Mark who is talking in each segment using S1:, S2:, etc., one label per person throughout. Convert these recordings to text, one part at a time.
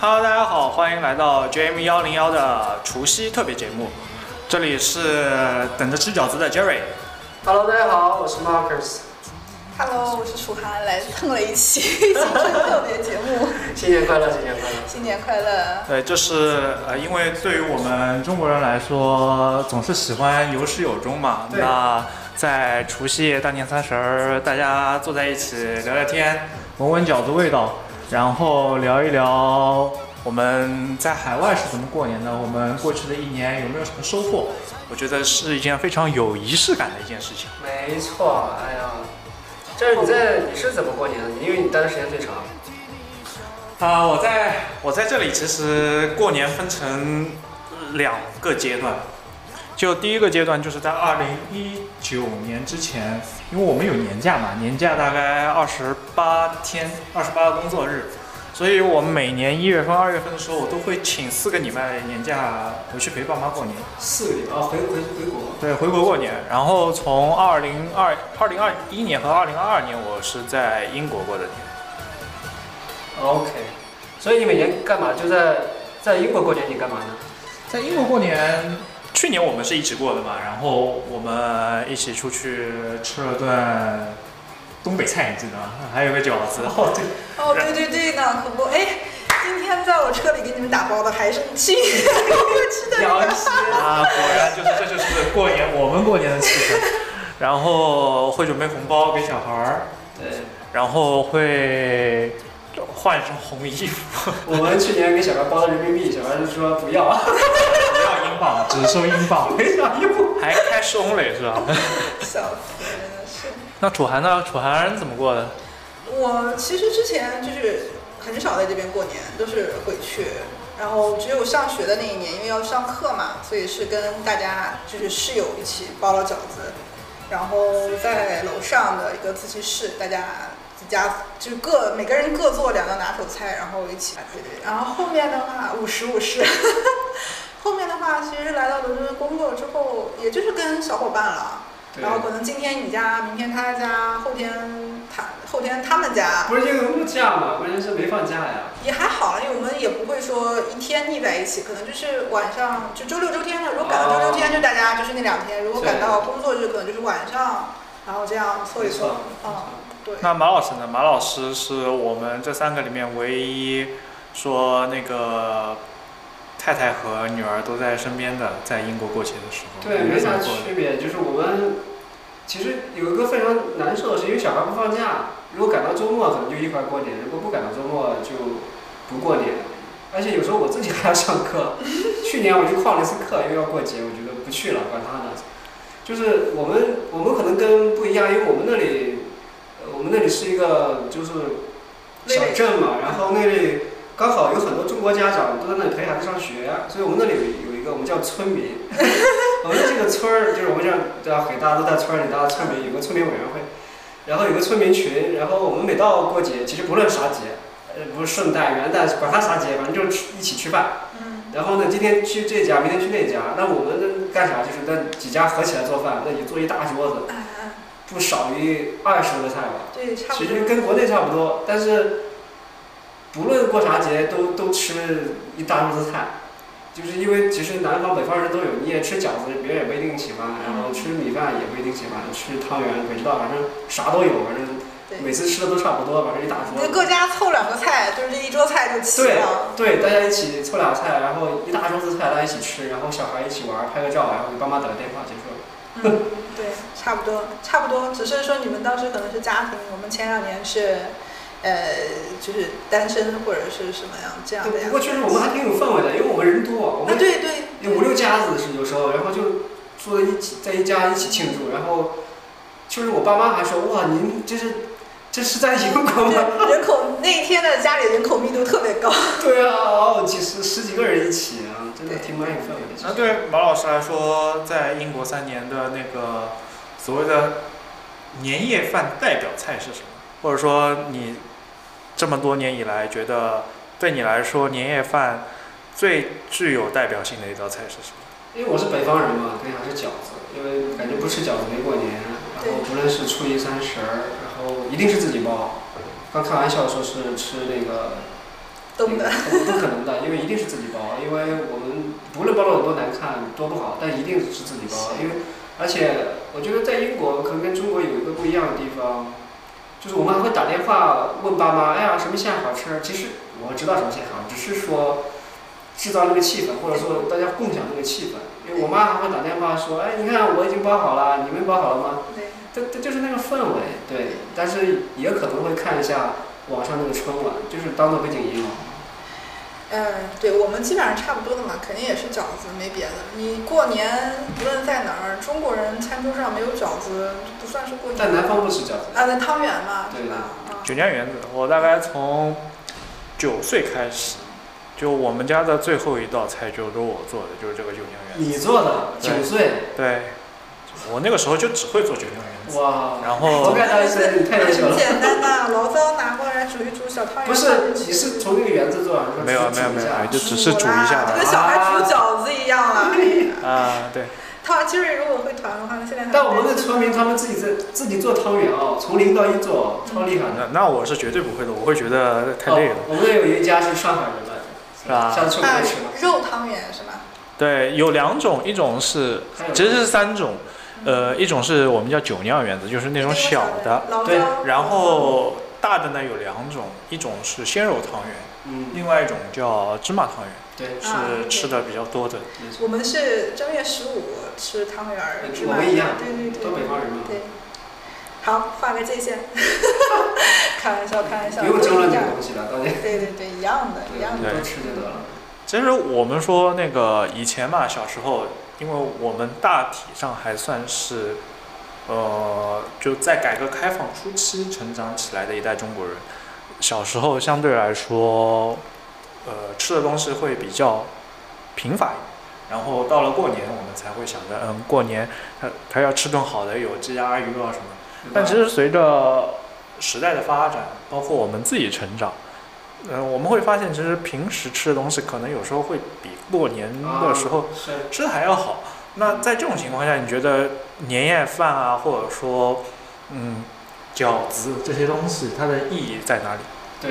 S1: Hello，大家好，欢迎来到 JM 幺零幺的除夕特别节目，这里是等着吃饺子的 Jerry。
S2: Hello，大家好，我是 Marcus。
S3: Hello，我是楚涵，来蹭了一期 新春特别节目，
S2: 新年快乐，新年快乐。
S3: 新年快乐！
S1: 对，就是呃，因为对于我们中国人来说，总是喜欢有始有终嘛。
S2: 对
S1: 那在除夕夜、大年三十儿，大家坐在一起聊聊天，闻闻饺子味道，然后聊一聊我们在海外是怎么过年的，我们过去的一年有没有什么收获？我觉得是一件非常有仪式感的一件事情。
S2: 没错，哎呀，这是你在你是怎么过年的？因为你待的时间最长。
S1: 啊、我在我在这里，其实过年分成两个阶段，就第一个阶段就是在二零一九年之前，因为我们有年假嘛，年假大概二十八天，二十八个工作日，所以我每年一月份、二月份的时候，我都会请四个礼拜年假回去陪爸妈过年。
S2: 四个礼拜，回回回国。
S1: 对，回国过年。然后从二零二二零二一年和二零二二年，我是在英国过的年。
S2: OK，所以你每年干嘛？就在在英国过年，你干嘛呢？
S1: 在英国过年，去年我们是一起过的嘛，然后我们一起出去吃了顿东北菜，你记得吗？还有个饺子。
S2: 哦，对，
S3: 哦，对对对呢，可不，哎，今天在我车里给你们打包的还是你去年给 我吃的那
S2: 聊
S3: 个。
S2: 西。
S1: 啊，果然就是这就是过年我们过年的气氛。然后会准备红包给小孩儿，
S2: 对，
S1: 然后会换一身红衣服，
S2: 我们去年给小白包了人民币，小白就说不要，
S1: 不要英镑，只收英镑，
S2: 没要衣服。
S1: 还 cash only 是吧？
S3: 笑死，真的是。
S1: 那楚涵呢？楚涵怎么过的？
S3: 我其实之前就是很少在这边过年，都是回去。然后只有上学的那一年，因为要上课嘛，所以是跟大家就是室友一起包了饺子，然后在楼上的一个自习室，大家几家就是各每个人各做两个拿手菜，然后一起对对。然后后面的话五十五十， 后面的话其实来到伦敦工作之后，也就是跟小伙伴了。
S2: 对
S3: 然后可能今天你家，明天他家，后天他后天他们家，
S2: 不是英国度假嘛，关键是没放假呀。
S3: 也还好啦，因为我们也不会说一天腻在一起，可能就是晚上就周六周天的，如果赶到周六周天就大家就是那两天，如果赶到工作日可能就是晚上，然后这样凑一凑，嗯，对。
S1: 那马老师呢？马老师是我们这三个里面唯一说那个太太和女儿都在身边的，在英国过节的时候，
S2: 对，
S1: 没
S2: 没
S1: 怎么
S2: 啥
S1: 过的。
S2: 区别，就是我们其实有一个非常难受的是，因为小孩不放假，如果赶到周末可能就一块儿过年，如果不赶到周末就不过年。而且有时候我自己还要上课，去年我就旷了一次课，因为要过节，我觉得不去了，管他呢。就是我们我们可能跟不一样，因为我们那里，呃我们那里是一个就是小镇嘛，然后那里刚好有很多中国家长都在那里陪孩子上学，所以我们那里有有一个我们叫村民，我们这个村儿就是我们这样，对吧？给大家都在村儿里，大家村民有个村民委员会，然后有个村民群，然后我们每到过节，其实不论啥节，呃，不是顺带元旦，管他啥节，反正就是吃一起吃饭。
S3: 嗯，
S2: 然后呢，今天去这家，明天去那家，那我们那干啥？就是那几家合起来做饭，那你做一大桌子，
S3: 哎哎
S2: 不少于二十个菜吧。
S3: 对，差不
S2: 其
S3: 多
S2: 实。跟国内差不多，但是不论过啥节都都吃一大桌子菜，就是因为其实南方北方人都有，你也吃饺子，别人也不一定喜欢，然后吃米饭也不一定喜欢，吃汤圆鬼知道，反正啥都有，反
S3: 对
S2: 正每次吃的都差不多，反正一大桌
S3: 那
S2: 子。
S3: 各家凑两个菜，就是这一桌菜就齐
S2: 对
S3: 了。
S2: 对，大家一起凑俩菜，然后一大桌子菜，大家一起吃，然后小孩一起玩，拍个照，然后给爸妈打个电话，结束了。
S3: 嗯，对，差不多，差不多。只是说你们当时可能是家庭，我们前两年是，呃，就是单身或者是什么样这样的
S2: 对
S3: 呀
S2: 不。过确实我们还挺有氛围的，因为我们人多，我
S3: 啊，
S2: 们
S3: 对对，
S2: 有五六家子是有时候，然后就坐在一起，在一家一起庆祝，然后就是我爸妈还说哇，您这是这是在英国吗？
S3: 对人口那一天的家里人口密度特别高。
S2: 对啊，哦，几十十几个人一起啊，真的挺蛮有氛围的。其
S1: 那
S2: 实
S1: 啊对马老师来说，在英国三年的那个所谓的年夜饭代表菜是什么？或者说你这么多年以来，觉得对你来说年夜饭最具有代表性的一道菜是什么？
S2: 因为我是北方人嘛，肯定还是饺子，因为感觉不吃饺子没过年。然后不论是初一三十儿，然后一定是自己包。刚开玩笑说是吃那个
S3: 都不能。
S2: 不可能的，因为一定是自己包，因为我们不论包装有多难看、多不好，但一定是自己包。因为而且我觉得在英国可能跟中国有一个不一样的地方，就是我们还会打电话问爸妈，哎呀什么馅好吃？其实我知道什么馅好，只是说制造那个气氛，或者说大家共享那个气氛。因为我妈还会打电话说，哎，你看我已经包好了，你们包好了吗？
S3: 对，
S2: 这这就是那个氛围，对。但是也可能会看一下网上那个春晚，就是当做背景音乐。
S3: 嗯，对，我们基本上差不多的嘛，肯定也是饺子，没别的。你过年无论在哪儿，中国人餐桌上没有饺子不算是过年。
S2: 在南方不吃饺子。
S3: 啊，那汤圆嘛，
S2: 对
S3: 是吧？啊，
S1: 酒家园子，我大概从九岁开始，就我们家的最后一道菜就都是我做的，就是这个酒家园子。
S2: 你做的？
S1: 对
S2: 九岁？
S1: 对，我那个时候就只会做酒家园子，
S2: 哇！
S1: 然
S2: 活
S1: 后
S2: 该当一岁，你太优秀
S3: 很
S2: 了。
S3: 简单呐，醪糟拿过来煮一煮小汤圆。
S2: 不是，你是从那个园子做还是
S1: 没有啊
S2: 自
S1: 没
S2: 己
S1: 有没
S2: 煮一啊
S1: 有
S2: 下，
S1: 就只是煮一下
S3: 就
S1: 而
S3: 跟小孩煮饺子一样了。
S1: 已啊，对，
S3: 他其实如果会团的话，那现在还
S2: 但我们的村民他们自己在自己做汤圆哦，从零到一做，超厉害的。
S1: 那那我是绝对不会的，我会觉得嗯太累了。
S2: 哦我们有一家是上海人的，
S1: 是吧
S2: 上次去我
S3: 啊
S2: 们吃了。
S3: 肉汤圆是吧？
S1: 对，有两种，一种是
S2: 还有
S1: 其实是三种，呃，一种是我们叫酒酿圆子，就是那种小的，
S3: 醪糟
S2: 对
S1: 然后大的呢有两种，一种是鲜肉汤圆，
S2: 嗯，
S1: 另外一种叫芝麻汤圆，
S2: 对，
S3: 啊
S1: 是吃的比较多的。
S2: 没错，
S3: 我们是正月十五吃汤圆儿，芝
S2: 我
S3: 麻
S2: 们一样
S3: 对对对
S2: 都北方人嘛，
S3: 对。好，画个 界限。开玩笑，开玩笑。
S2: 不用争论
S3: 一
S2: 这
S3: 样
S2: 个东西了，当年
S3: 对对对，一样的，
S2: 对，
S3: 一
S2: 我
S3: 样的。
S2: 们多吃就得了。
S1: 其实我们说那个以前嘛，小时候，因为我们大体上还算是，呃，就在改革开放初期成长起来的一代中国人，小时候相对来说，呃，吃的东西会比较贫乏一点。然后到了过年，我们才会想着，嗯，过年他他要吃顿好的，有鸡鸭鱼啊什么的。但其实随着时代的发展，包括我们自己成长，嗯、我们会发现，其实平时吃的东西可能有时候会比过年的时候
S2: 啊是
S1: 吃的还要好。那在这种情况下，你觉得年夜饭啊，或者说嗯饺子这些东西，它的意义在哪里？
S2: 对，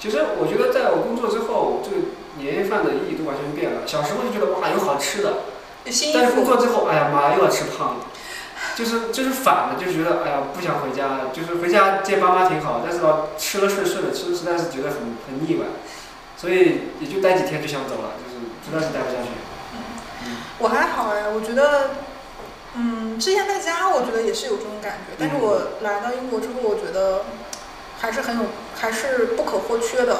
S2: 其实我觉得在我工作之后，这个年夜饭的意义都完全变了。小时候就觉得哇有好吃的，
S3: 有新衣
S2: 但是工
S3: 服，
S2: 作之后，哎呀妈又要吃胖了，就是就是反的，就是觉得哎呀不想回家，就是回家见爸妈挺好，但是吧吃了睡睡了，吃实在是觉得很很腻歪，所以也就待几天就想走了，就是实在是待不下去。
S3: 嗯
S2: 嗯
S3: 我还好哎，我觉得，嗯，之前在家我觉得也是有这种感觉，但是
S2: 嗯
S3: 我来到英国之后，我觉得还是很有，还是不可或缺的，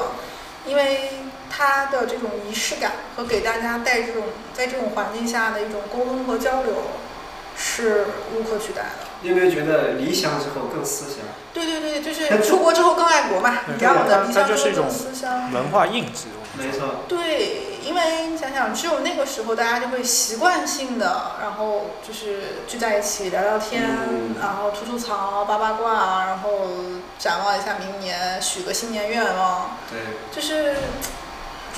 S3: 因为它的这种仪式感和给大家带这种在这种环境下的一种沟通和交流是无可取代的。
S2: 你有没有觉得离乡之后更思乡？
S3: 对对对，就是出国之后更爱国嘛，
S1: 对啊
S3: 一样的，
S1: 它
S3: 离乡
S1: 它就是
S3: 之
S1: 一
S3: 后
S1: 种
S3: 更思乡。
S1: 文化印记，我们
S2: 没
S1: 说
S2: 错，
S3: 对，因为你想想，只有那个时候，大家就会习惯性的，然后就是聚在一起聊聊天，
S2: 嗯
S3: 然后吐吐槽、八八卦，然后展望一下明年，许个新年愿望，
S2: 对，
S3: 就是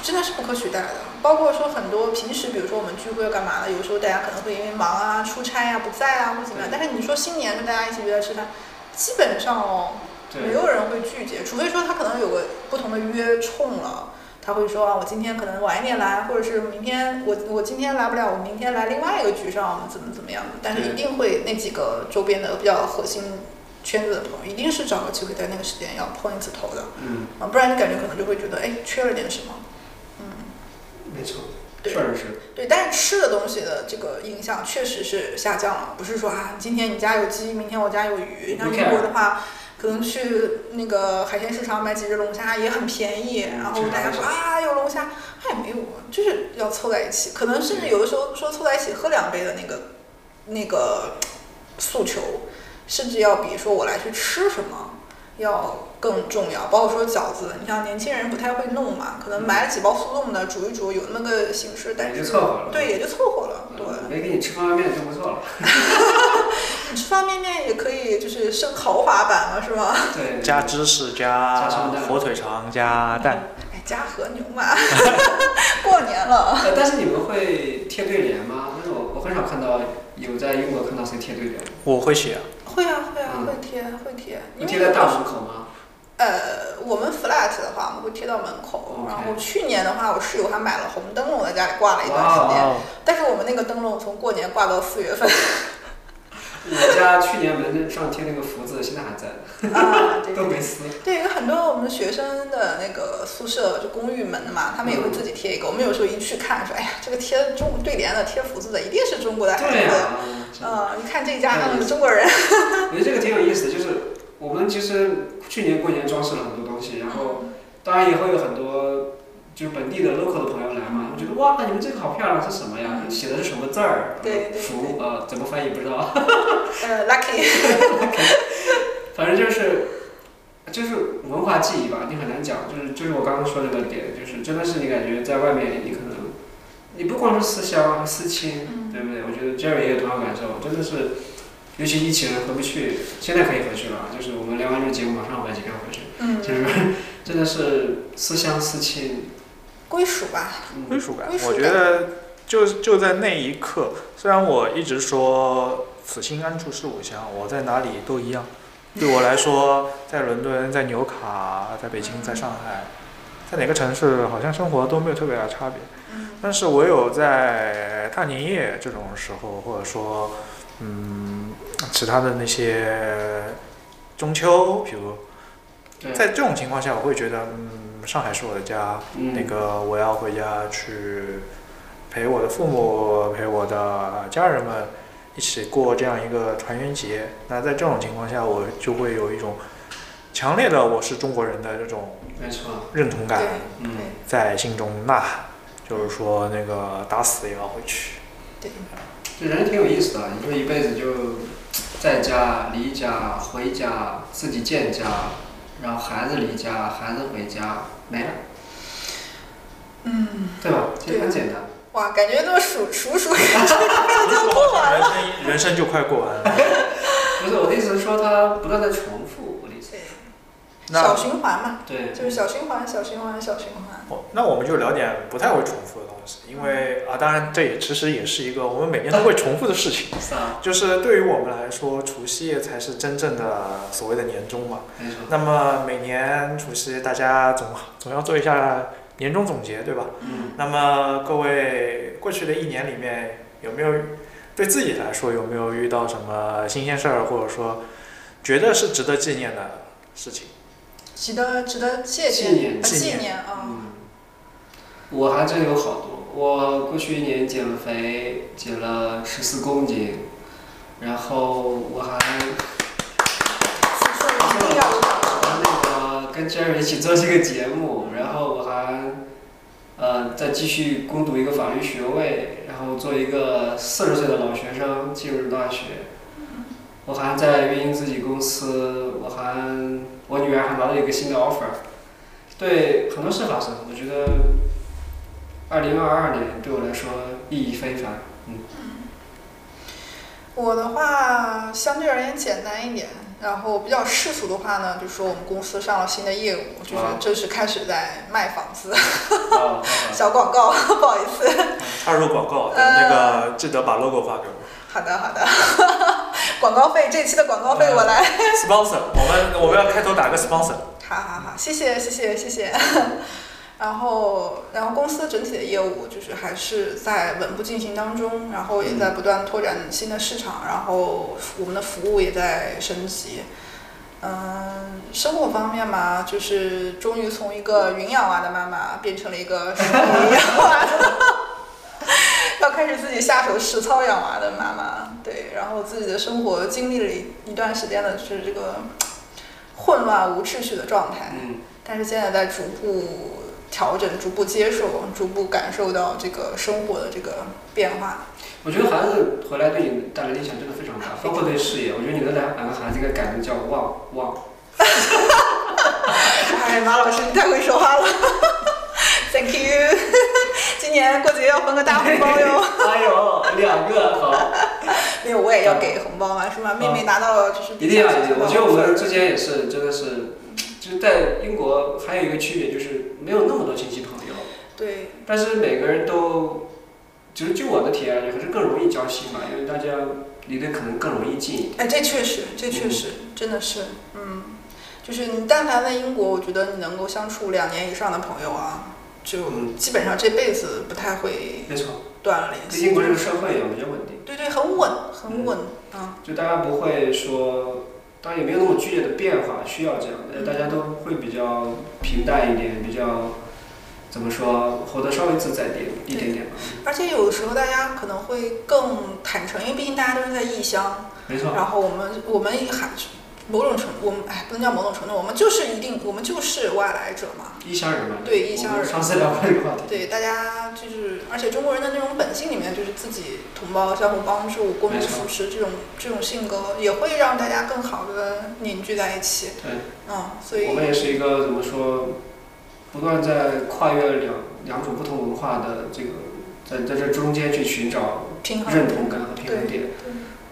S3: 真的是不可取代的。包括说很多平时，比如说我们聚会要干嘛的，有时候大家可能会因为忙啊、出差啊、不在啊或者怎么样，
S2: 对
S3: 但是你说新年跟大家一起约来吃饭，基本上哦，没
S2: 对，
S3: 有人会拒绝，除非说他可能有个不同的约冲了，他会说啊，我今天可能晚一点来，或者是明天我我今天来不了，我明天来另外一个局上，怎么怎么样的。但是
S2: 对
S3: 一定会那几个周边的比较核心圈子的朋友，一定是找个机会在那个时间要碰一次头的
S2: 嗯，
S3: 啊，不然你感觉可能就会觉得哎缺了点什么。嗯，
S2: 没错，
S3: 对
S2: 确实是，
S3: 对，但是吃的东西的这个影响确实是下降了，不是说啊，今天你家有鸡，明天我家有鱼。像英国的话，可能去那个海鲜市场买几只龙虾也很便宜，然后大家说啊有龙虾，哎没有啊，就是要凑在一起，可能甚至有的时候说凑在一起喝两杯的那个那个诉求，甚至要比说我来去吃什么要更重要。包括说饺子，你像年轻人不太会弄嘛，可能买了几包速冻的煮一煮，有那么个形式，但
S2: 也就
S3: 是
S2: 凑合了
S3: 对，也就凑合了。对，
S2: 嗯没给你吃方便面就不错了。
S3: 你吃方便面也可以，就是升豪华版了，是吗？
S2: 对，
S1: 加芝士、
S2: 加
S1: 加
S2: 什么蛋
S1: 火腿肠、加蛋，
S3: 哎，加和牛 嘛，过年了。
S2: 呃，但是你们会贴对联吗？但是我我很少看到有在英国看到谁贴对联，
S1: 我会写啊。
S3: 会啊，会啊，
S2: 嗯
S3: 会贴，会贴。
S2: 你
S3: 因
S2: 贴
S3: 为
S2: 在大门口吗？
S3: 呃，我们 flat 的话，我们会贴到门口。
S2: OK
S3: 然后去年的话，我室友还买了红灯笼在家里挂了一段时间，
S1: 哦
S3: 但是我们那个灯笼从过年挂到四月 份啊
S2: 我家去年门上贴那个福字，现在还在呢，
S3: 啊，对
S2: 都
S3: 对
S2: 没撕。
S3: 对，有很多我们学生的那个宿舍就公寓门的嘛，他们也会自己贴一个。我们有时候一去看，说哎呀，这个贴中对联的、贴福字的，一定是中国的孩
S2: 对啊
S3: 子。
S2: 呀、
S3: 嗯，你看这家他们是中国人。
S2: 我觉得这个挺有意思，就是我们其实去年过年装饰了很多东西，然后当然也会有很多就是本地的 local 的朋友来嘛，我觉得哇，你们这个好漂亮，是什么呀？
S3: 嗯
S2: 写的是什么字儿？
S3: 对对
S2: 福呃，怎么翻译不知道，
S3: 呃，lucky，
S2: 反正就是就是文化记忆吧，你很难讲，就是就是我刚刚说的那个点，就是真的是你感觉在外面你可能你不光是思乡思亲，
S3: 嗯
S2: 对不对？我觉得 Jerry 也有同样感受，真的是，尤其疫情回不去，现在可以回去了，就是我们聊完这个节目马上我即将回去，
S3: 嗯，
S2: 就是 真的是思乡思亲，
S3: 归属吧，
S1: 归
S2: 嗯，
S1: 属感
S3: 归，属
S1: 我觉
S3: 感
S1: 得就就在那一刻，虽然我一直说此心安处是我乡，我在哪里都一样。对我来说，在伦敦、在纽卡、在北京、在上海，在哪个城市，好像生活都没有特别大的差别。
S3: 嗯
S1: 但是我有在大年夜这种时候，或者说，嗯，其他的那些中秋，比如
S2: 对，
S1: 在这种情况下，我会觉得，嗯，上海是我的家，
S2: 嗯
S1: 那个我要回家去陪我的父母，陪我的家人们一起过这样一个团圆节。那在这种情况下，我就会有一种强烈的我是中国人的这种
S2: 嗯没错，
S1: 认同感
S3: 对
S2: 嗯，
S1: 在心中呐喊，就是说那个打死也要回去。
S3: 对，
S2: 这人挺有意思的，你说一辈子就在家、离家、回家、自己建家，然后孩子离家、孩子回家，没了，
S3: 嗯，
S2: 对吧？其实很简单。
S3: 哇，感觉那么数数数，这 就过完
S1: 人
S3: 了。
S1: 生人生就快过完 了，
S2: 不是我的意思是说，它不断的重复。我的意思，
S3: 对，小
S1: 那
S3: 循环嘛，
S2: 对，
S3: 就是小循环，小循环，小循环。
S1: 我那我们就聊点不太会重复的东西，因为啊，当然这也其实也是一个我们每年都会重复的事情。
S2: 是啊，
S1: 就是对于我们来说，除夕夜才是真正的所谓的年终嘛。
S2: 没错，
S1: 那么每年除夕，大家总总要做一下年终总结，对吧？
S2: 嗯，
S1: 那么各位过去的一年里面，有没有对自己来说有没有遇到什么新鲜事儿，或者说觉得是值得纪念的事情？
S3: 值得值得借鉴
S2: 纪念
S3: 啊
S1: 纪
S3: 纪
S1: 念
S3: 念啊，
S2: 嗯，我还真有好多。我过去一年减肥，减了十四公斤，然后我还
S3: 此处一定要
S2: 我还那个跟 Jerry 一起做这个节目，然后我还呃再继续攻读一个法律学位，然后做一个四十岁的老学生进入大学。我还在运营自己公司，我还我女儿还拿了一个新的 offer，对很多事发生，我觉得二零二二年对我来说意义非凡。嗯，
S3: 我的话相对而言简单一点，然后比较世俗的话呢，就是说我们公司上了新的业务，就是
S2: 啊
S3: 正式开始在卖房子，
S2: 啊，
S3: 小广告， 不好意思。
S1: 插入广告，那个记得把 logo 发给我
S3: 好的好的， 广告费这期的广告
S2: 啊
S3: 费我来。
S1: ，sponsor，我们我们要开头打个 sponsor。
S3: 好好好，谢谢谢谢谢 谢。然后，然后公司整体的业务就是还是在稳步进行当中，然后也在不断拓展新的市场，然后我们的服务也在升级。嗯，生活方面嘛，就是终于从一个云养娃的妈妈变成了一个手工养娃的，要开始自己下手实操养娃的妈妈。对，然后自己的生活经历了一一段时间的就是这个混乱无秩序的状态。
S2: 嗯，
S3: 但是现在在逐步调整、逐步接受、逐步感受到这个生活的这个变化。
S2: 我觉得孩子回来对你带来的影响真的非常大，包括对事业。我觉得你的两两个孩子应该改名叫旺旺。
S3: 哎，马老师，你太会说话了，Thank you。今 年过节要分个大红包哟。
S2: 哎呦，两个好，
S3: 没有，我也要给红包嘛，是吗？妹妹拿到了就是
S2: 啊一定要一定要。我觉得我们
S3: 这
S2: 之间也是，真的是，就是在英国还有一个区别就是没有那么多亲戚朋友，
S3: 对
S2: 但是每个人都，就是据我的体验，还是更容易交心吧，因为大家离得可能更容易近一点。
S3: 哎，这确实，这确实，真的是，嗯，就是你但凡在英国，我觉得你能够相处两年以上的朋友啊，就
S2: 嗯
S3: 基本上这辈子不太会
S2: 没错，
S3: 断了联
S2: 跟
S3: 系。
S2: 英国这个社会一样比较稳定，
S3: 对对，很稳，
S2: 嗯
S3: 很稳啊。
S2: 就大家不会说，当然也没有那么剧烈的变化需要这样，但是大家都
S3: 嗯
S2: 会比较平淡一点，比较怎么说，活得稍微自在一点一点点吧。
S3: 而且有的时候大家可能会更坦诚，因为毕竟大家都是在异乡，
S2: 没错，
S3: 然后我们我们也还某种程我们哎不能叫某种程度，我们就是一定我们就是外来者嘛。
S2: 异乡人嘛，
S3: 对异乡人
S2: 我们上次聊过这个话题，
S3: 对，大家就是，而且中国人的那种本性里面，就是自己同胞相互帮助、共
S2: 没
S3: 同
S2: 错
S3: 扶持这种这种性格，也会让大家更好的凝聚在一起。
S2: 对，
S3: 嗯，所以
S2: 我们也是一个怎么说，不断在跨越两两种不同文化的这个，在在这中间去寻找
S3: 平衡
S2: 认同感和平衡点。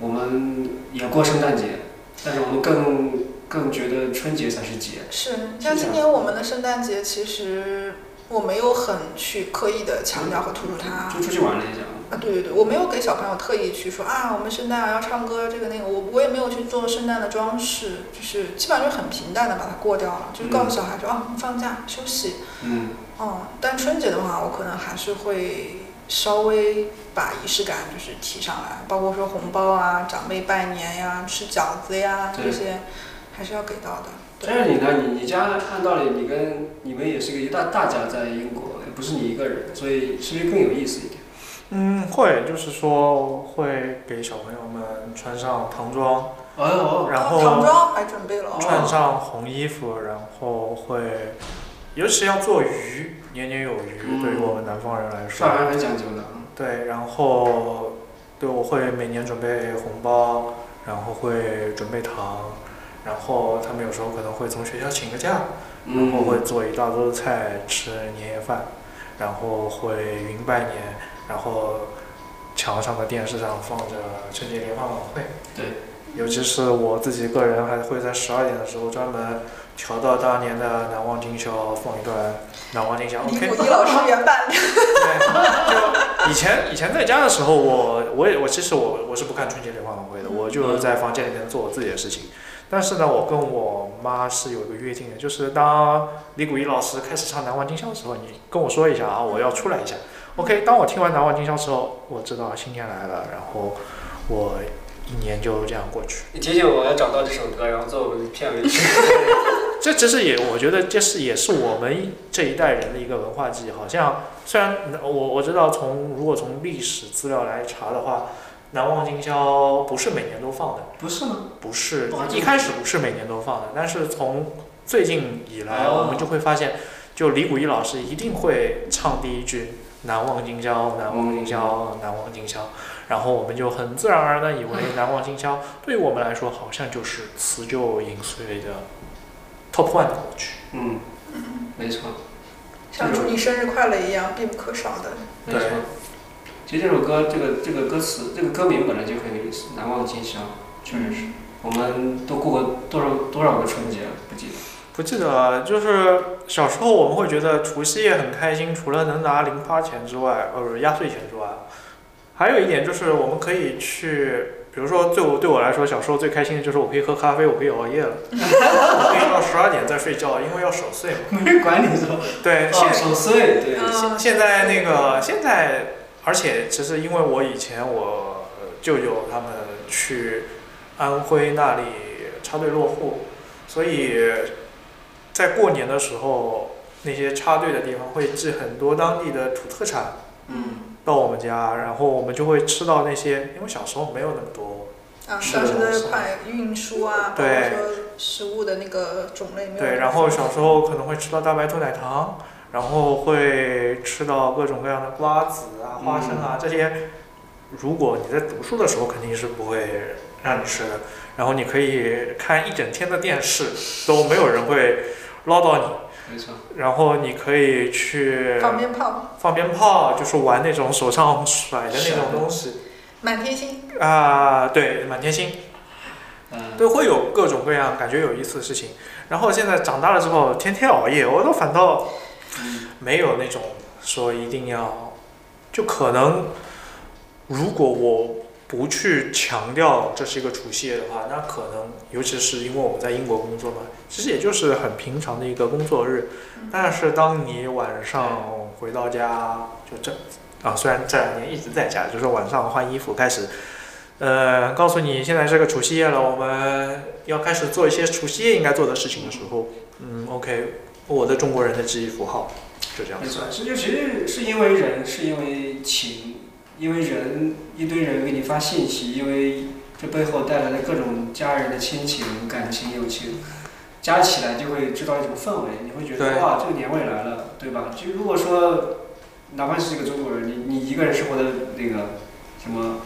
S2: 我们也过圣诞节，但是我们更更觉得春节才是节。
S3: 是啊
S2: 这
S3: 像
S2: 样
S3: 今年我们的圣诞节，其实我没有很去刻意的强调和突出它。
S2: 就出去玩了一下，
S3: 啊，对对对，我没有给小朋友特意去说啊，我们圣诞啊要唱歌这个那个，我我也没有去做圣诞的装饰，就是基本上就很平淡的把它过掉了，就是告诉小孩说、啊，放假休息，
S2: 嗯，
S3: 嗯，但春节的话，我可能还是会稍微把仪式感就是提上来，包括说红包啊、长辈拜年呀、吃饺子呀
S2: 对
S3: 这些，还是要给到的。
S2: 但是你呢？你你家按道理你跟你们也是个一大大家在英国，也不是你一个人，所以是不是更有意思一点？
S1: 嗯，会，就是说会给小朋友们穿上唐装，
S2: 哎呦，
S1: 然
S3: 哦唐
S1: 后
S3: 装还准备了哦，
S1: 穿上红衣服，然后会，尤其要做鱼，年年有余，
S2: 嗯
S1: 对于我们南方人来说
S2: 上，海很讲究的啊，
S1: 对，然后对我会每年准备红包，然后会准备糖，然后他们有时候可能会从学校请个假，
S2: 嗯
S1: 然后会做一大桌菜吃年夜饭，然后会云拜年，然后墙上的电视上放着春节联欢晚会。
S2: 对，
S1: 尤其是我自己个人还会在十二点的时候专门调到当年的《难忘今宵》，放一段《难忘今宵》。
S3: 李
S1: OK，
S3: 谷一老师原版的，
S1: 对，就以前以前在家的时候，我我也我其实我我是不看春节联欢晚会的，
S3: 嗯
S1: 我就是在房间里面做我自己的事情。但是呢，我跟我妈是有一个约定的，就是当李谷一老师开始唱《难忘今宵》的时候，你跟我说一下啊，我要出来一下。OK，当我听完《难忘今宵》之后，我知道新年来了，然后我一年就这样过去。
S2: 你提醒我要找到这首歌，然后做我们片尾曲。
S1: 这其实也，我觉得这是也是我们这一代人的一个文化记忆。好像虽然我我知道从如果从历史资料来查的话，《难忘今宵》不是每年都放的，
S2: 不是吗？
S1: 不是
S2: 哦
S1: 一开始不是每年都放的，但是从最近以来，
S2: 哦
S1: 我们就会发现，就李谷一老师一定会唱第一句“难忘今宵，难忘今宵，难忘今宵”，然后我们就很自然而然的以为“难忘今宵”对于我们来说好像就是辞旧迎岁的 top one 的歌曲。
S2: 嗯，没错，
S3: 像祝你生日快乐一样必不可少的。
S2: 没错
S1: 对。
S2: 其实这首歌，这个这个歌词，这个歌名本来就很有意思，《难忘今宵》，确实是。我们都过过多少多少个春节了？不记得。
S1: 不记得了，就是小时候我们会觉得除夕夜很开心，除了能拿零花钱之外，呃，压岁钱之外，还有一点就是我们可以去，比如说对我对我来说，小时候最开心的就是我可以喝咖啡，我可以熬夜 了，我可以到十二点再睡觉，因为要守岁嘛。
S2: 没人管你是 吧？
S1: 对，现
S2: 哦，守岁，对。
S3: 嗯，
S1: 现在那个现在，而且其实因为我以前我呃舅舅他们去安徽那里插队落户，所以在过年的时候，那些插队的地方会寄很多当地的土特产
S2: 嗯，
S1: 到我们家，然后我们就会吃到那些，因为小时候没有那么多，
S3: 啊，
S2: 是
S3: 当时
S2: 的
S3: 的快运输啊，包括
S1: 对
S3: 说食物的那个种类没有那么多。
S1: 对，然后小时候可能会吃到大白兔奶糖，然后会吃到各种各样的瓜子啊、花生啊、这些。如果你在读书的时候，肯定是不会让你吃的。然后你可以看一整天的电视，都没有人会唠叨你。
S2: 没错。
S1: 然后你可以去
S3: 放鞭炮，
S1: 放鞭炮，就是玩那种手上甩的那种东西
S3: 满天星。
S1: 啊、对，满天星。
S2: 嗯，
S1: 对，会有各种各样感觉有意思的事情。然后现在长大了之后，天天熬夜，我都反倒
S2: 嗯
S1: 没有那种说一定要，就可能如果我不去强调这是一个除夕夜的话，那可能尤其是因为我们在英国工作嘛，其实也就是很平常的一个工作日。但是当你晚上回到家，就这啊，虽然这两年一直在家，就是晚上换衣服开始，呃，告诉你现在是个除夕夜了，我们要开始做一些除夕夜应该做的事情的时候，嗯，OK，我的中国人的记忆符号就这样
S2: 没
S1: 子
S2: 错，。是就其实是因为人，是因为情，因为人一堆人给你发信息，因为这背后带来的各种家人的亲情、感情、友情，加起来就会制造一种氛围，你会觉
S1: 对
S2: 得哇，这个年味来了，对吧？就如果说哪怕是一个中国人，你你一个人生活的那个什么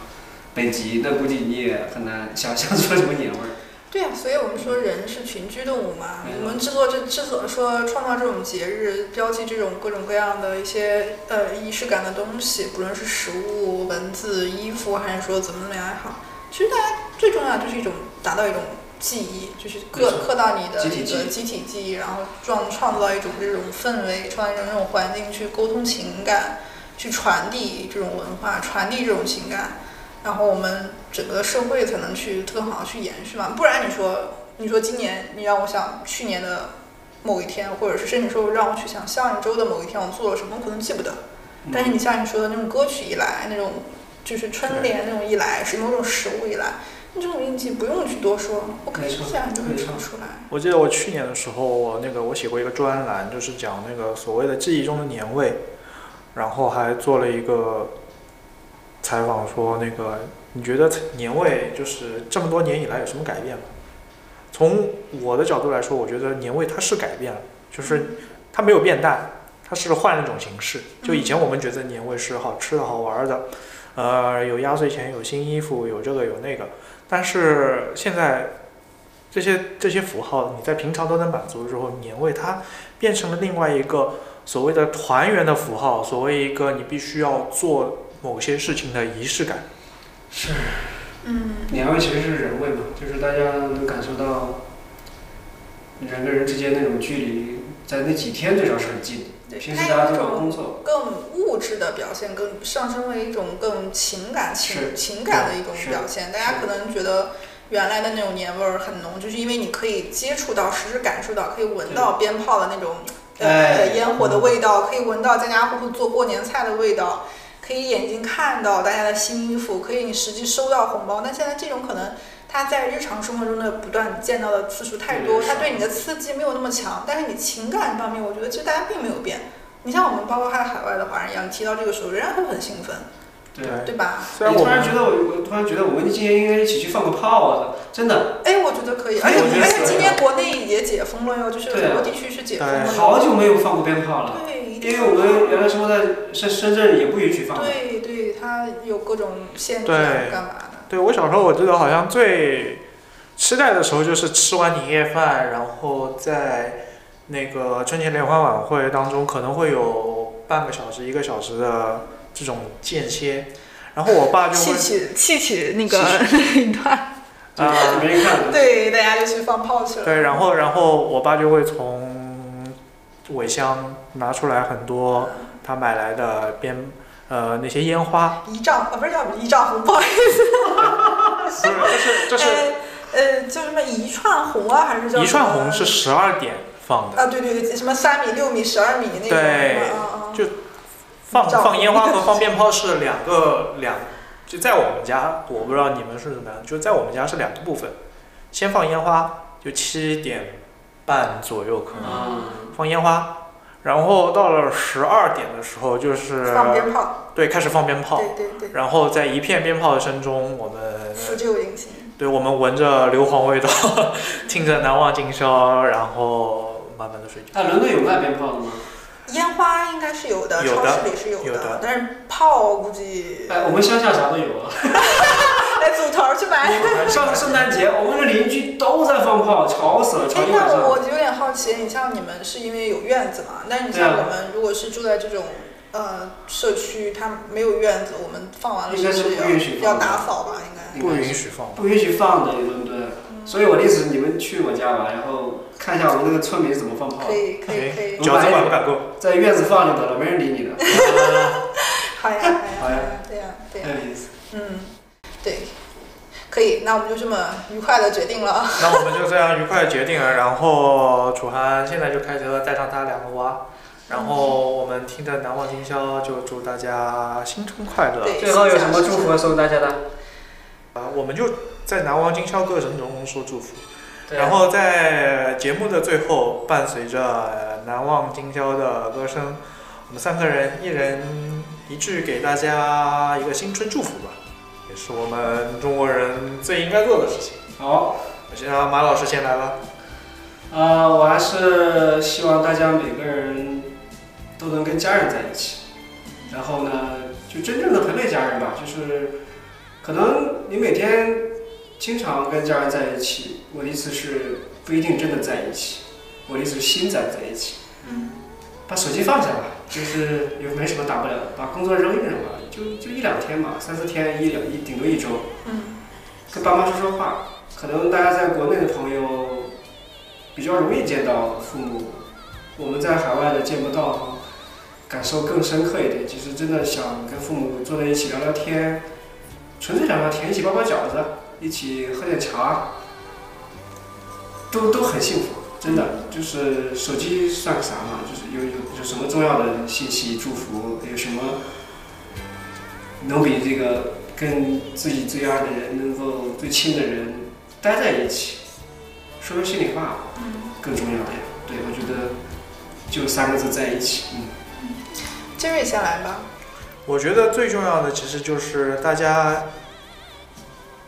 S2: 北极，那估计你也很难想象出什么年味儿。
S3: 对啊，所以我们说人是群居动物嘛。
S2: 没错
S3: 我们制作这制作说创造这种节日，标记这种各种各样的一些呃仪式感的东西，不论是食物、文字、衣服，还是说怎么怎么样也好，其实大家最重要就是一种达到一种记忆，就是
S2: 没
S3: 刻
S2: 错
S3: 刻到你的
S2: 集体
S3: 一
S2: 记
S3: 个
S2: 忆
S3: 集体记忆，然后创创造一种这种氛围，创造一种这种环境去沟通情感，去传递这种文化，传递这种情感。然后我们整个社会才能去更好的去延续嘛。不然你说，你说今年你让我想去年的某一天，或者是甚至说让我去想上一周的某一天我做了什么，我可能记不得。
S2: 嗯
S3: 但是你像你说的那种歌曲一来，那种就是春联那种一来，是某种食物一来，那这种印记不用去多说，我可能
S2: 没错
S3: 自然就会
S2: 没错
S3: 唱出来。
S1: 我记得我去年的时候，我那个我写过一个专栏，就是讲那个所谓的记忆中的年味，然后还做了一个采访，说那个你觉得年味就是这么多年以来有什么改变吗？从我的角度来说，我觉得年味它是改变了，就是它没有变淡，它是换了一种形式。就以前我们觉得年味是好吃的好玩的，呃，有压岁钱，有新衣服，有这个有那个，但是现在这些这些符号，你在平常都能满足之后，年味它变成了另外一个所谓的团圆的符号，所谓一个你必须要做某些事情的仪式感。
S2: 是。
S3: 嗯，
S2: 年味其实是人味嘛，就是大家能感受到人跟人之间那种距离，在那几天至少是很近的。
S3: 对，
S2: 平时
S3: 它
S2: 大家都
S3: 有一
S2: 忙
S3: 种
S2: 工作，
S3: 更物质的表现，更上升为一种更情感情
S2: 是
S3: 情感的一种
S2: 是
S3: 表现。大家可能觉得原来的那种年味儿很浓，就是因为你可以接触到、实时感受到，可以闻到鞭炮的那种呃
S2: 哎
S3: 烟火的味道，可以闻到家家户户做过年菜的味道，可以眼睛看到大家的新衣服，可以你实际收到红包。但现在这种可能。他在日常生活中的不断见到的次数太多，
S2: 对
S3: 他对你的刺激没有那么强，但是你情感方面，我觉得其实大家并没有变。你像我们包括还有海外的华人一样，你提到这个时候，仍然会很兴奋，
S2: 对。啊
S3: 对吧？
S1: 虽然
S2: 你
S1: 我
S2: 突
S1: 们
S2: 然觉得我，我突然觉得我们今天应该一起去放个炮啊！真的，
S3: 哎，我觉得可以，而
S2: 哎
S3: 且
S2: 我觉得
S3: 而且今
S2: 可以
S3: 天国内也解封了哟，就是
S2: 对
S3: 很
S2: 啊
S3: 多地区是解封
S1: 对
S3: 了，
S2: 好久没有放过鞭炮了，
S3: 对，一定
S2: 因为我们原来生活在深深圳，也不允许放。
S3: 对对，它有各种限制啊
S1: 对，
S3: 干嘛的？
S1: 对我小时候，我记得好像最期待的时候就是吃完年夜饭，然后在那个春节联欢晚会当中，可能会有半个小时、一个小时的这种间歇，然后我爸就会
S3: 戏曲戏曲 那
S1: 个
S3: 一 段，
S2: 就
S1: 啊。
S2: 没人看。
S3: 对，大家就去放炮去了。
S1: 对，然后然后我爸就会从尾箱拿出来很多他买来的鞭呃那些烟 花，
S3: 一丈啊，不是叫一丈红，不好意思，
S1: 不是这是这是
S3: 呃呃，叫什么一串红啊，还是叫
S1: 一
S3: 什
S1: 串
S3: 么
S1: 红是十二点放的，
S3: 啊，对对对，什么三米、六米、十二米那种，
S1: 对
S3: 嗯嗯
S1: 就放
S3: 一丈红
S1: 放烟花和放鞭炮是两个两，就在我们家我不知道你们是怎么样，就在我们家是两个部分，先放烟花，就七点半左右可能
S2: 啊，
S1: 放烟花，然后到了十二点的时候就是
S3: 放鞭炮，
S1: 对开始放鞭炮。
S3: 对对对，
S1: 然后在一片鞭炮声中，我们
S3: 除旧迎新，
S1: 对我们闻着硫磺味道， 听着难忘今宵，然后慢慢的睡觉。
S2: 哎，伦敦有卖鞭炮的吗？
S3: 烟花应该是有的，
S1: 有的
S3: 超市里是有
S1: 有的
S3: 但是炮估计
S2: 哎，我们乡下啥都有啊。
S3: 哎组头儿去买。
S2: 上圣诞节，我们的邻居都在放炮，吵死了，吵
S3: 哎，
S2: 一晚
S3: 那
S2: 上。
S3: 我有点好奇，你像你们是因为有院子嘛？但是你
S2: 对啊
S3: 像我们如果是住在这种呃社区，它没有院子，我们放完了
S2: 应该
S3: 是
S2: 是
S3: 不是
S2: 不允许放
S3: 要要
S2: 的
S3: 打扫吧？应该。
S1: 不允许放。
S2: 不允许放的，伦敦。所以我的意思，你们去我家吧，然后看一下我们那个村民是怎么放炮
S3: 可，以可以可以，
S1: 饺子管不呃管 够？
S2: 在院子放就得了，没人理你的。
S3: 好呀好呀
S2: 好呀，
S3: 对呀对呀
S2: 很，有意思。
S3: 嗯，对，可以，那我们就这么愉快的决定了。啊
S1: 那我们就这样愉快的决定了。然后楚涵现在就开车带上他两个娃，然后我们听着难忘今宵，就祝大家新春快乐。
S3: 对
S2: 最后有什么祝福送大家的？
S1: 啊，我们就在难忘今宵歌声中说祝福。
S2: 对啊
S1: 然后在节目的最后，伴随着呃难忘今宵的歌声，我们三个人一人一句，给大家一个新春祝福吧，也是我们中国人最应该做的事情。
S2: 好。
S1: 我先让马老师先来吧。
S2: 啊，我还是希望大家每个人都能跟家人在一起，然后呢，就真正的陪陪家人吧。就是可能你每天经常跟家人在一起，我的意思是不一定真的在一起，我的意思是心在在一起。
S3: 嗯，
S2: 把手机放下吧，就是也没什么大不了，把工作扔一扔吧，就就一两天嘛，三四天一两一顶多一周。
S3: 嗯，
S2: 跟爸妈说说话。可能大家在国内的朋友比较容易见到父母，我们在海外的见不到，感受更深刻一点。其实真的想跟父母坐在一起聊聊天，纯粹聊聊天，一起包包饺子，一起喝点茶，都都很幸福。真的，就是手机算个啥嘛？就是有有有什么重要的信息、祝福，有什么能比这个跟自己最爱的人、能够最亲的人待在一起，说说心里话
S3: 嗯，
S2: 更重要的呀。对，我觉得就三个字在一起。嗯，
S3: 杰瑞先来吧。
S1: 我觉得最重要的其实就是大家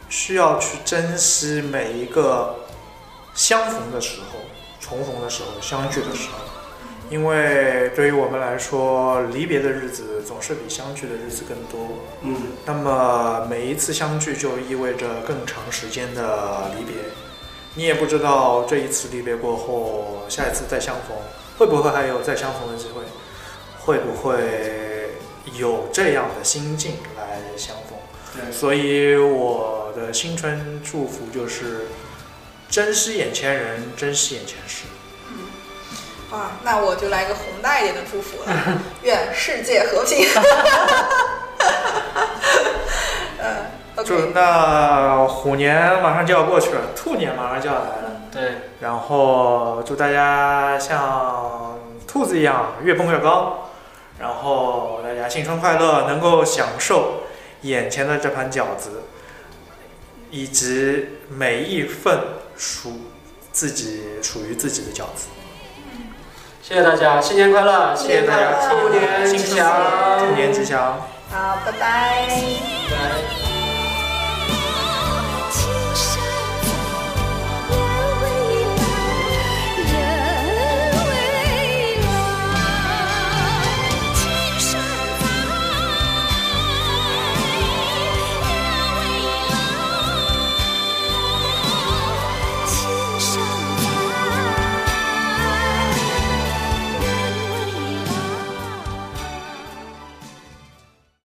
S1: 需要去珍惜每一个相逢的时候、重逢的时候、相聚的时候，因为对于我们来说，离别的日子总是比相聚的日子更多。
S2: 嗯，
S1: 那么每一次相聚就意味着更长时间的离别，你也不知道这一次离别过后，下一次再相逢会不会还有再相逢的机会，会不会有这样的心境来相逢。
S2: 对，
S1: 所以我的新春祝福就是珍惜眼前人，珍惜眼前事。
S3: 啊，那我就来个宏大一点的祝福了，愿世界和平。嗯
S1: 就
S3: ，OK，
S1: 那虎年马上就要过去了，兔年马上就要来了。
S2: 对，
S1: 然后祝大家像兔子一样越蹦越高，然后大家新春快乐，能够享受眼前的这盘饺子，以及每一份属自己属于自己的饺子。
S2: 谢谢大家，新年快乐！
S3: 谢谢大家
S2: 兔年吉
S1: 新春快乐
S2: 祥，
S1: 兔年吉祥。
S3: 好，拜拜。
S2: 拜拜。